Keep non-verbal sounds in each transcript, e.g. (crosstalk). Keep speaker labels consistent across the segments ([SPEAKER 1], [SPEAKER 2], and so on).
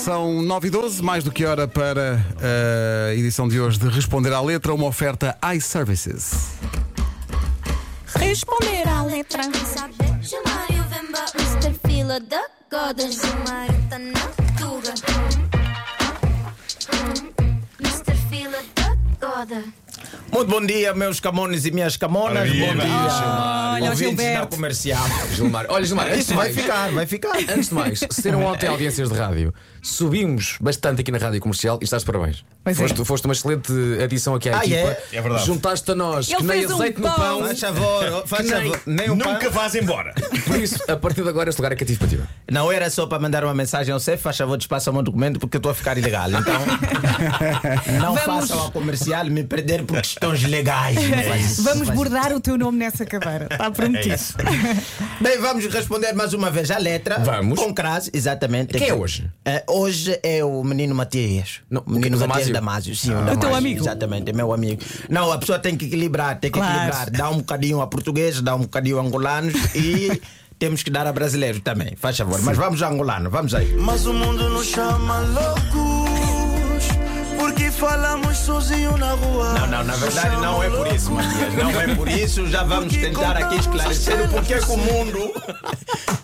[SPEAKER 1] São 9 e 12, mais do que hora para eh, a edição de hoje de Responder à Letra, uma oferta iServices.
[SPEAKER 2] Responder à
[SPEAKER 3] é
[SPEAKER 2] letra.
[SPEAKER 3] Chamar-o Vemba, Mr. Fila da Goda. Chamar-o tá na Tuga. Mr. Fila da Goda.
[SPEAKER 4] Muito bom dia, meus camones e minhas camonas.
[SPEAKER 5] Olha,
[SPEAKER 4] bom dia,
[SPEAKER 2] Olha, o
[SPEAKER 4] ouvintes da
[SPEAKER 2] Gilberto.
[SPEAKER 4] comercial.
[SPEAKER 5] Gilmar, olha, Gilmar, antes de
[SPEAKER 4] Isso vai
[SPEAKER 5] mais,
[SPEAKER 4] ficar, vai ficar.
[SPEAKER 5] antes de mais, ser um ontem audiências de rádio, subimos bastante aqui na rádio comercial e estás de parabéns.
[SPEAKER 2] Pois é.
[SPEAKER 5] foste, foste uma excelente adição aqui à
[SPEAKER 4] Ah,
[SPEAKER 5] equipa.
[SPEAKER 4] é?
[SPEAKER 6] É verdade.
[SPEAKER 5] Juntaste-te a nós,
[SPEAKER 2] Ele
[SPEAKER 5] que nem
[SPEAKER 2] fez um
[SPEAKER 5] azeite no
[SPEAKER 2] pão.
[SPEAKER 5] pão.
[SPEAKER 4] Faz favor, faz
[SPEAKER 5] Que nem-
[SPEAKER 4] favor. Nem um o
[SPEAKER 6] Nunca
[SPEAKER 4] pão.
[SPEAKER 6] vás embora.
[SPEAKER 5] Por isso, a partir de agora, este lugar é cativo para ti.
[SPEAKER 4] Não era só para mandar uma mensagem ao CEF, faz favor, despaça-me um documento porque eu estou a ficar ilegal. Então,
[SPEAKER 5] (laughs)
[SPEAKER 4] não
[SPEAKER 2] Vamos.
[SPEAKER 4] façam ao comercial me perder por questões legais. Não faz isso, não
[SPEAKER 2] Vamos
[SPEAKER 4] faz É
[SPEAKER 2] bordar o teu nome nessa cadeira.
[SPEAKER 4] (laughs)
[SPEAKER 2] Está prometido.
[SPEAKER 4] isso. Bem, vamos responder mais uma vez à letra.
[SPEAKER 5] Vamos.
[SPEAKER 4] Com crase, exatamente.
[SPEAKER 5] Quem é hoje?
[SPEAKER 4] Eh, hoje é o menino Matias.
[SPEAKER 5] Não, o
[SPEAKER 4] menino
[SPEAKER 5] Damasio?
[SPEAKER 4] Matias Damasio, sim.
[SPEAKER 5] Ah.
[SPEAKER 4] Damasio,
[SPEAKER 2] O teu amigo?
[SPEAKER 4] Exatamente, é meu amigo. Não, a pessoa tem que equilibrar, tem que
[SPEAKER 2] Claro.
[SPEAKER 4] equilibrar. Dá um bocadinho a português, dá um bocadinho a angolanos
[SPEAKER 2] (laughs)
[SPEAKER 4] e temos que dar a brasileiro também, faz favor. Mas vamos a angolano, vamos aí.
[SPEAKER 7] Mas o mundo nos chama loucos Porque falamos sozinho na rua
[SPEAKER 4] Não, não, na verdade não é por isso, Matias. Não é por isso. Já vamos tentar aqui esclarecer o porquê que o mundo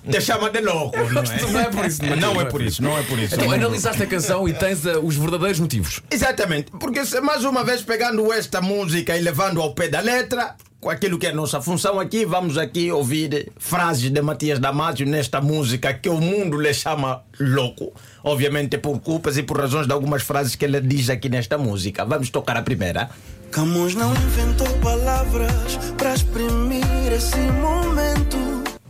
[SPEAKER 4] te chama de louco, não é?
[SPEAKER 5] Não é por isso,
[SPEAKER 6] Não é por isso, não é por isso.
[SPEAKER 5] Então, analisaste a canção e tens ah, os verdadeiros motivos.
[SPEAKER 4] Exatamente, porque se mais uma vez pegando esta música e levando ao pé da letra, com aquilo que é a nossa função aqui, vamos aqui ouvir frases de Matias Damasio nesta música que o mundo lhe chama louco, obviamente por culpas e por razões de algumas frases que ele diz aqui nesta música. Vamos tocar a primeira.
[SPEAKER 7] Camus não inventou palavras Pra exprimir esse momento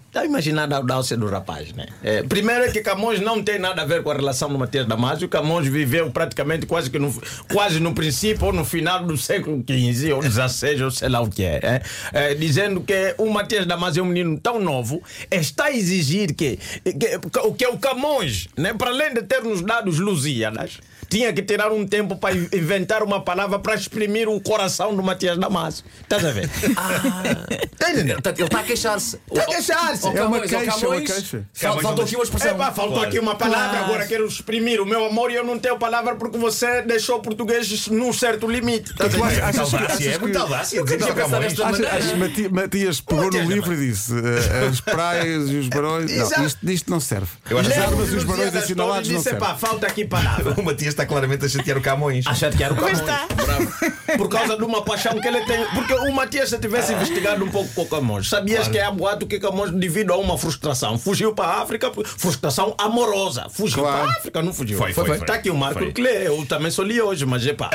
[SPEAKER 4] Está Tá imaginando a audácia do rapaz, né? É, primeiro é que Camões não tem nada a ver com a relação do Matias Damasio. Camões viveu praticamente quase que no, quase no princípio ou no final do século XV ou XVI, ou sei lá o que é, é. É, Dizendo que o Matias Damasio é um menino tão novo, está a exigir que, que, o que é o Camões, né? para além de ter nos dado os Lusíadas, tinha que tirar um tempo para inventar uma palavra para exprimir o coração do Matias Damasio. Estás a ver? Está entendendo?
[SPEAKER 5] Portanto, ele está a queixar-se.
[SPEAKER 4] Está a queixar-se.
[SPEAKER 5] Ó,
[SPEAKER 4] É
[SPEAKER 1] uma
[SPEAKER 5] Camões,
[SPEAKER 1] queixa,
[SPEAKER 5] ó,
[SPEAKER 1] é uma
[SPEAKER 5] Camões,
[SPEAKER 1] queixa.
[SPEAKER 5] fal- Faltou aqui uma expressão.
[SPEAKER 4] Epá, É, faltou aqui uma palavra, agora quero exprimir o meu amor e eu não tenho palavra porque você deixou o português num certo limite. Tá
[SPEAKER 1] tu
[SPEAKER 4] vendo?
[SPEAKER 1] achas-
[SPEAKER 6] Muita
[SPEAKER 1] achas-
[SPEAKER 6] audácia,
[SPEAKER 4] um
[SPEAKER 6] é muita audácia. dizer
[SPEAKER 5] tinha
[SPEAKER 6] que é
[SPEAKER 5] pensado
[SPEAKER 6] Camões.
[SPEAKER 5] nesta-
[SPEAKER 1] Acho,
[SPEAKER 5] maneira.
[SPEAKER 1] acho que Mati- Matias pegou no livro e disse eh, as praias e os barões.
[SPEAKER 4] (laughs) Exato.
[SPEAKER 1] Não, isto, isto não serve.
[SPEAKER 6] Eu acho
[SPEAKER 1] As
[SPEAKER 6] que-
[SPEAKER 1] armas e os
[SPEAKER 4] Lembro-me
[SPEAKER 1] barões
[SPEAKER 4] dos dias
[SPEAKER 1] assinalados não
[SPEAKER 4] todos e disse,
[SPEAKER 1] servem.
[SPEAKER 4] "Epá, falta aqui palavra.
[SPEAKER 6] (laughs) O Matias está claramente a chatear o Camões.
[SPEAKER 4] Achar que era o Camões.
[SPEAKER 6] tá.
[SPEAKER 2] está.
[SPEAKER 4] Por causa de uma paixão que ele tem. Porque o Matias, se
[SPEAKER 6] Ah.
[SPEAKER 4] tivesse investigado um pouco com o Camões, sabias que há boato que Camões, devido a uma frustração, fugiu para a África, frustração amorosa. Fugiu
[SPEAKER 1] Claro.
[SPEAKER 4] para a África, não fugiu.
[SPEAKER 6] Foi, foi, foi.
[SPEAKER 4] Está aqui o Marco
[SPEAKER 6] Foi.
[SPEAKER 4] Clé, eu também sou li hoje, mas é
[SPEAKER 6] (laughs)
[SPEAKER 4] pá.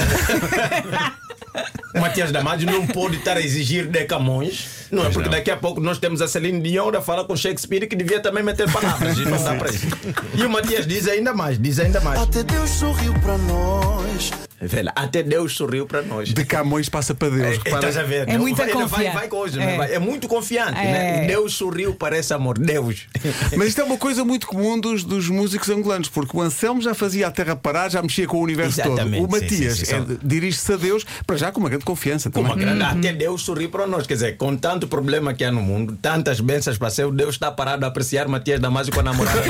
[SPEAKER 4] O Matias Damasio não pode estar a exigir de Camões, não é? Porque
[SPEAKER 6] não.
[SPEAKER 4] daqui a pouco nós temos a Celine Dion a falar com Shakespeare que devia também meter palavras e não dá para
[SPEAKER 6] (laughs)
[SPEAKER 4] isso. E o Matias diz ainda mais, diz ainda mais.
[SPEAKER 7] Até Deus sorriu pra nós
[SPEAKER 4] Velho, até Deus sorriu para nós.
[SPEAKER 1] De Camões passa para Deus.
[SPEAKER 4] É,
[SPEAKER 1] repara.
[SPEAKER 4] estás a ver,
[SPEAKER 2] É
[SPEAKER 4] não?
[SPEAKER 2] muita
[SPEAKER 4] Ele vai-
[SPEAKER 2] confiança.
[SPEAKER 4] vai coisa,
[SPEAKER 2] É.
[SPEAKER 4] não vai? é muito confiante.
[SPEAKER 2] É.
[SPEAKER 4] Né? Deus sorriu para esse amor. Deus.
[SPEAKER 1] Mas isto é uma coisa muito comum dos, dos músicos angolanos, porque o Anselmo já fazia a terra parar, já mexia com o universo
[SPEAKER 4] Exatamente,
[SPEAKER 1] todo. O
[SPEAKER 4] sim,
[SPEAKER 1] Matias
[SPEAKER 4] sim, sim,
[SPEAKER 1] é-
[SPEAKER 4] sim.
[SPEAKER 1] dirige-se a Deus, para já com uma grande confiança
[SPEAKER 4] Com uma
[SPEAKER 2] Uhum.
[SPEAKER 1] também.
[SPEAKER 4] grande, até Deus sorriu para nós. Quer dizer, com tanto problema que há no mundo, tantas bênçãos para ser, Deus está parado a apreciar Matias Damasio com a
[SPEAKER 2] (laughs)
[SPEAKER 4] namorada.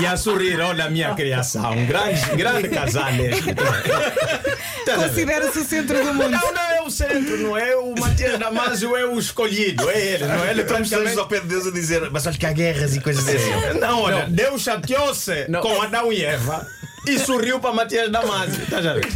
[SPEAKER 4] e a sorrir, olha a minha criação. Um grande, grande casal este. Estás a ver?
[SPEAKER 2] Considera-se o centro
[SPEAKER 4] (laughs)
[SPEAKER 2] do mundo.
[SPEAKER 4] Não, não é o centro, não é o Matias Damasio, é o escolhido, é ele, não é? Ele
[SPEAKER 6] Estamos todos
[SPEAKER 4] praticamente
[SPEAKER 6] ao pé de Deus a dizer, mas olha que há guerras e coisas assim.
[SPEAKER 4] Não, olha, Deus chateou-se
[SPEAKER 5] Não.
[SPEAKER 4] com Adão e Eva e sorriu para Matias Damasio. Estás a ver?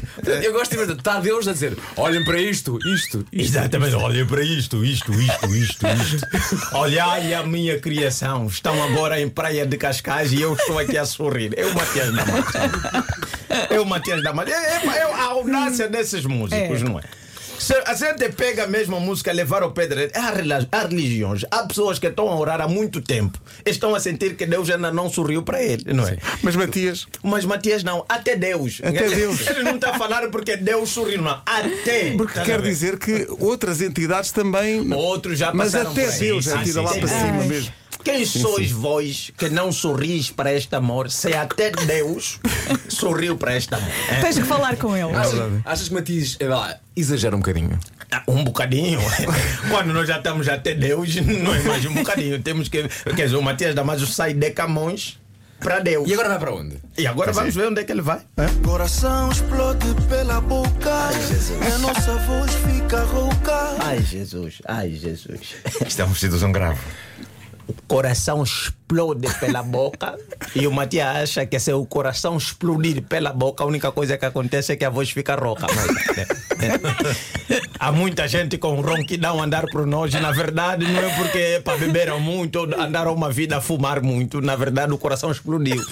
[SPEAKER 5] Eu gosto de imaginar, está Deus a dizer: olhem para isto, isto, isto.
[SPEAKER 4] Exatamente, olhem para isto, isto, isto, isto, isto. Olhai a minha criação. Estão agora em Praia de Cascais e eu estou aqui a sorrir. É o Matias Damasio. É o Matias Damasio. É, é- é a audácia desses músicos,
[SPEAKER 2] É.
[SPEAKER 4] não é? Se a gente pega mesmo a música, levar o pedreiro. Há, rela- há religiões, há pessoas que estão a orar há muito tempo, estão a sentir que Deus ainda não sorriu para ele, não é?
[SPEAKER 1] Mas Matias,
[SPEAKER 4] Mas Matias não, até Deus.
[SPEAKER 1] Até Deus.
[SPEAKER 4] Ele não está a falar porque Deus sorriu, não. Até.
[SPEAKER 1] porque
[SPEAKER 4] Tá
[SPEAKER 1] quer
[SPEAKER 4] a ver?
[SPEAKER 1] dizer que outras entidades também.
[SPEAKER 4] Outros já
[SPEAKER 1] Mas
[SPEAKER 4] passaram
[SPEAKER 1] até
[SPEAKER 4] por aí.
[SPEAKER 1] Deus é
[SPEAKER 4] Sim,
[SPEAKER 1] tira
[SPEAKER 4] sim,
[SPEAKER 1] lá
[SPEAKER 4] sim.
[SPEAKER 1] para cima
[SPEAKER 2] Ai.
[SPEAKER 1] mesmo.
[SPEAKER 4] Quem sois vós que não sorris para este amor, se até Deus sorriu para este amor? É.
[SPEAKER 2] Tens que falar com ele.
[SPEAKER 5] Achas, achas que Matias eh, lá, exagera um bocadinho?
[SPEAKER 4] Ah, Um bocadinho. (laughs) Quando nós já estamos até Deus, não é mais um bocadinho. Temos que. Quer dizer, o Matias Damasio sai de Camões. para Deus.
[SPEAKER 5] E agora vai para onde?
[SPEAKER 4] E agora vamos ver onde é que ele vai.
[SPEAKER 7] Coração explode pela boca. a nossa voz fica rouca.
[SPEAKER 4] Ai, Jesus, ai, Jesus.
[SPEAKER 6] Isto é uma situação grave.
[SPEAKER 4] coração explode pela boca e o Matias acha que se o coração explodir pela boca, a única coisa que acontece é que a voz fica rouca. é, Há muita gente com um ronquidão andar por nós e na verdade não é porque pá, beberam muito, ou andaram uma vida a fumar muito, na verdade o coração explodiu.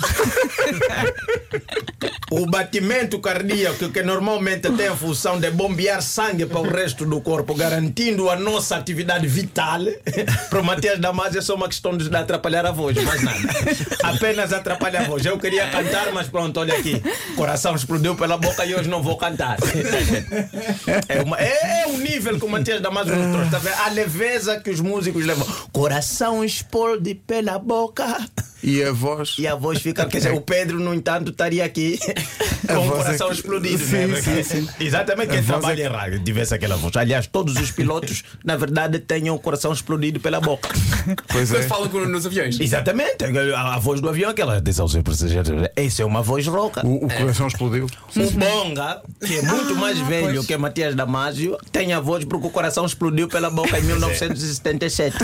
[SPEAKER 4] O batimento cardíaco, que normalmente tem a função de bombear sangue para o resto do corpo, garantindo a nossa atividade vital, (laughs) para o Matias Damasio é só uma questão de atrapalhar a voz, mais nada. Apenas atrapalha a voz. Eu queria cantar, mas pronto, olha aqui. Coração explodiu pela boca e hoje não vou cantar. (laughs) É, uma- é- é o nível que o Matias Damasio nos trouxe, tá vendo? a leveza que os músicos levam. Coração explode pela boca.
[SPEAKER 1] E a voz.
[SPEAKER 4] E a voz fica. Quer dizer, o Pedro, no entanto,
[SPEAKER 1] (laughs)
[SPEAKER 4] estaria aqui
[SPEAKER 1] A
[SPEAKER 4] com o
[SPEAKER 1] voz é
[SPEAKER 4] coração
[SPEAKER 1] que-
[SPEAKER 4] explodido.
[SPEAKER 1] Sim,
[SPEAKER 4] né?
[SPEAKER 1] sim, sim.
[SPEAKER 4] Exatamente, quem
[SPEAKER 1] voz é
[SPEAKER 4] trabalha em rádio tivesse aquela voz. Aliás, todos os pilotos, na verdade, tenham o coração explodido pela boca.
[SPEAKER 1] Pois
[SPEAKER 5] Quando
[SPEAKER 1] é.
[SPEAKER 5] falam com- nos aviões.
[SPEAKER 4] Exatamente, a, a voz do avião, é aquela. Diz aos seus passageiros: Essa é uma voz rouca.
[SPEAKER 1] O, o coração explodiu.
[SPEAKER 4] O Bonga, que é muito
[SPEAKER 1] Ah,
[SPEAKER 4] mais velho que Matias Damasio, tem a voz porque o coração explodiu
[SPEAKER 1] (laughs)
[SPEAKER 4] pela boca em
[SPEAKER 1] é.
[SPEAKER 4] 1977.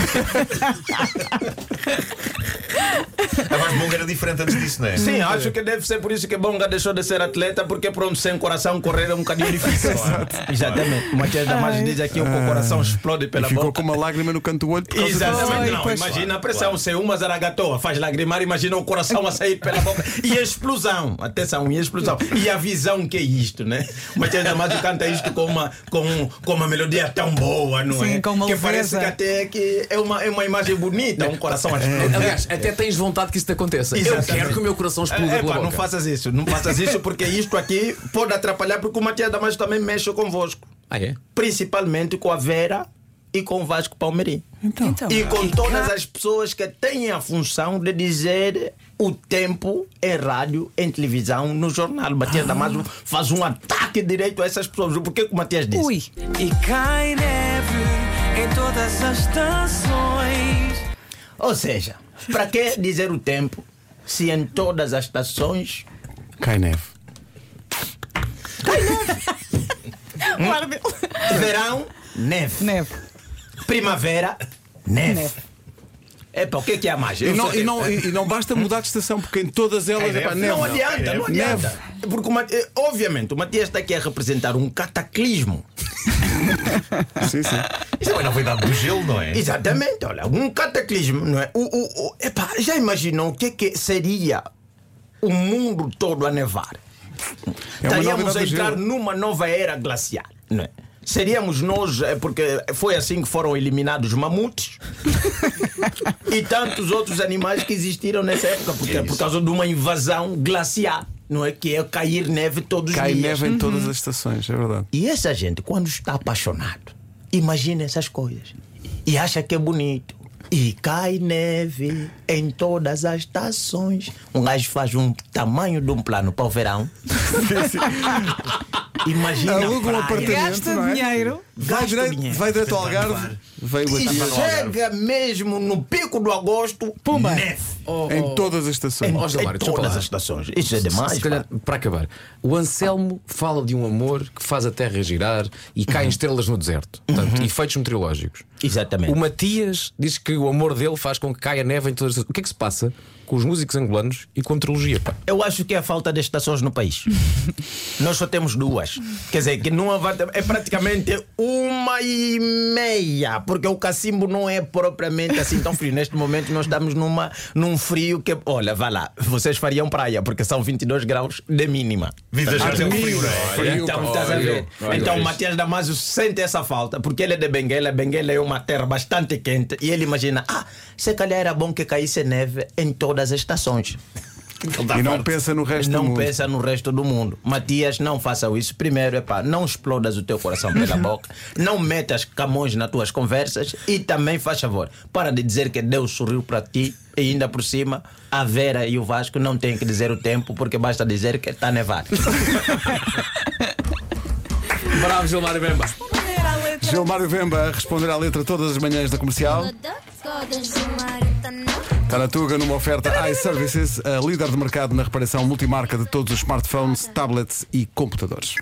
[SPEAKER 6] A voz búlgara era diferente antes disso, não é?
[SPEAKER 4] Sim, acho que deve ser por isso que Bonga deixou de ser atleta, porque pronto, sem coração correr é um bocadinho difícil. (laughs) Exatamente. O Matias Damasio diz aqui o coração explode
[SPEAKER 1] E
[SPEAKER 4] pela
[SPEAKER 1] ficou
[SPEAKER 4] boca.
[SPEAKER 1] com uma lágrima no canto do olho por causa disso.
[SPEAKER 4] Exatamente,
[SPEAKER 2] Ai,
[SPEAKER 4] não.
[SPEAKER 2] pois.
[SPEAKER 4] Imagina a pressão. Se uma zaragatoa faz lagrimar, imagina o coração a sair pela boca. E a explosão. Atenção, e a explosão. E a visão que é isto, né? O Matias Damasio canta isto com uma, com, com uma melodia tão boa, não é?
[SPEAKER 2] Sim, com uma
[SPEAKER 4] que
[SPEAKER 2] leveza.
[SPEAKER 4] parece que até que é uma, é uma imagem bonita, um coração a explodir.
[SPEAKER 5] Aliás, até tens vontade que isto aconteça. Eu
[SPEAKER 4] Exatamente.
[SPEAKER 5] quero que o meu coração exploda
[SPEAKER 4] É,
[SPEAKER 5] pela
[SPEAKER 4] pá,
[SPEAKER 5] boca.
[SPEAKER 4] não faças isso, não faças isso, porque isto aqui pode atrapalhar, porque o Matias Damasio também mexe convosco.
[SPEAKER 5] Ah, é?
[SPEAKER 4] Principalmente com a Vera e com o Vasco Palmeirim.
[SPEAKER 2] Então.
[SPEAKER 4] E com todas as pessoas que têm a função de dizer o tempo em rádio, em televisão, no jornal. O Matias Damasio faz um ataque direito a essas pessoas. Por que que o Matias disse?
[SPEAKER 2] Ui,
[SPEAKER 7] E cai neve em todas as estações.
[SPEAKER 4] Ou seja, para que dizer o tempo se em todas as estações
[SPEAKER 1] Cai neve.
[SPEAKER 4] hum, verão, neve,
[SPEAKER 2] neve.
[SPEAKER 4] primavera, neve.
[SPEAKER 2] Neve.
[SPEAKER 4] É para o que é que há mais?
[SPEAKER 1] E
[SPEAKER 4] Eu
[SPEAKER 1] não,
[SPEAKER 4] sei-
[SPEAKER 1] e, não, e- e não basta mudar de estação, porque em todas elas. epá, neve.
[SPEAKER 4] Não adianta, não adianta. Porque, o Ma- eh, obviamente, o Matias está aqui a representar um cataclismo.
[SPEAKER 1] Sim, sim.
[SPEAKER 6] Isto é uma novidade do gelo, não é?
[SPEAKER 4] Exatamente, olha, um cataclismo, não é? O, o, o- epá, já imaginou o que, é que seria o mundo todo a nevar?
[SPEAKER 1] É uma
[SPEAKER 4] Estaríamos
[SPEAKER 1] novidade
[SPEAKER 4] a
[SPEAKER 1] do
[SPEAKER 4] entrar
[SPEAKER 1] gelo.
[SPEAKER 4] numa nova era glacial, não é? Seríamos nós, é, porque foi assim que foram eliminados os mamutes e tantos outros animais que existiram nessa época, porque é por causa de uma invasão glacial, não é? Que é cair neve todos
[SPEAKER 1] Cai
[SPEAKER 4] os Uhum. dias.
[SPEAKER 1] neve em todas as estações, é verdade.
[SPEAKER 4] E essa gente, quando está apaixonado, imagina essas coisas e acha que é bonito. E cai neve em todas as estações. Um gajo faz um tamanho de um plano para
[SPEAKER 1] (laughs)
[SPEAKER 4] o verão. Imagina. a
[SPEAKER 1] Aluga um
[SPEAKER 4] praia.
[SPEAKER 1] apartamento.
[SPEAKER 2] Gasta
[SPEAKER 1] não é?
[SPEAKER 2] dinheiro.
[SPEAKER 1] Vai
[SPEAKER 4] Gasta
[SPEAKER 1] direito,
[SPEAKER 4] dinheiro.
[SPEAKER 1] vai Tá direito ao Algarve, veio
[SPEAKER 4] E
[SPEAKER 1] a
[SPEAKER 4] chega mesmo no pico do agosto,
[SPEAKER 2] Pumba.
[SPEAKER 4] neve. oh.
[SPEAKER 1] em todas as estações.
[SPEAKER 4] Em,
[SPEAKER 5] Ó,
[SPEAKER 4] em
[SPEAKER 5] Gilmar, Oh, deixa eu
[SPEAKER 4] todas
[SPEAKER 5] falar.
[SPEAKER 4] as estações. Isso é demais.
[SPEAKER 5] Se calhar,
[SPEAKER 4] pá.
[SPEAKER 5] para acabar, o Anselmo fala de um amor que faz a terra girar e
[SPEAKER 4] Uhum.
[SPEAKER 5] caem estrelas no deserto. Portanto, efeitos meteorológicos.
[SPEAKER 4] Exatamente.
[SPEAKER 5] O Matias diz que o amor dele faz com que caia neve em todas as. O que é que se passa com os músicos angolanos e com a meteorologia? Pá?
[SPEAKER 4] Eu acho que é a falta de estações no país. Nós só temos duas. Quer dizer, que não há- é praticamente uma e meia, porque o cacimbo não é propriamente assim tão frio. Neste momento nós estamos numa, num frio que, olha, vá lá, vocês fariam praia, porque são 22 graus de mínima.
[SPEAKER 6] Vidas já tem um frio, não é?
[SPEAKER 1] Frio,
[SPEAKER 4] Então,
[SPEAKER 1] pá.
[SPEAKER 4] estás a ver?
[SPEAKER 5] olha
[SPEAKER 4] então
[SPEAKER 5] isso.
[SPEAKER 4] o Matias Damasio sente essa falta, porque ele é de Benguela. Benguela é uma terra bastante quente. E ele imagina: ah, se calhar era bom que caísse neve em todas as estações.
[SPEAKER 1] E não pensa no resto do
[SPEAKER 4] Não
[SPEAKER 1] mundo.
[SPEAKER 4] pensa no resto do mundo. Matias, não faça isso. Primeiro, é pá, não explodas o teu
[SPEAKER 1] (laughs)
[SPEAKER 4] coração pela boca. Não metas camões nas tuas conversas. E também, faz favor, para de dizer que Deus sorriu para ti. E ainda por cima, a Vera e o Vasco não têm que dizer o tempo, porque basta dizer que está nevado.
[SPEAKER 5] Bravo, Gilmar Bemba.
[SPEAKER 1] Gilmário Vemba a responder à letra todas as manhãs da comercial.
[SPEAKER 3] Duck, godas do mar, tá na-
[SPEAKER 1] Taratuga numa oferta iServices, a líder de mercado na reparação multimarca de todos os smartphones, tablets e computadores.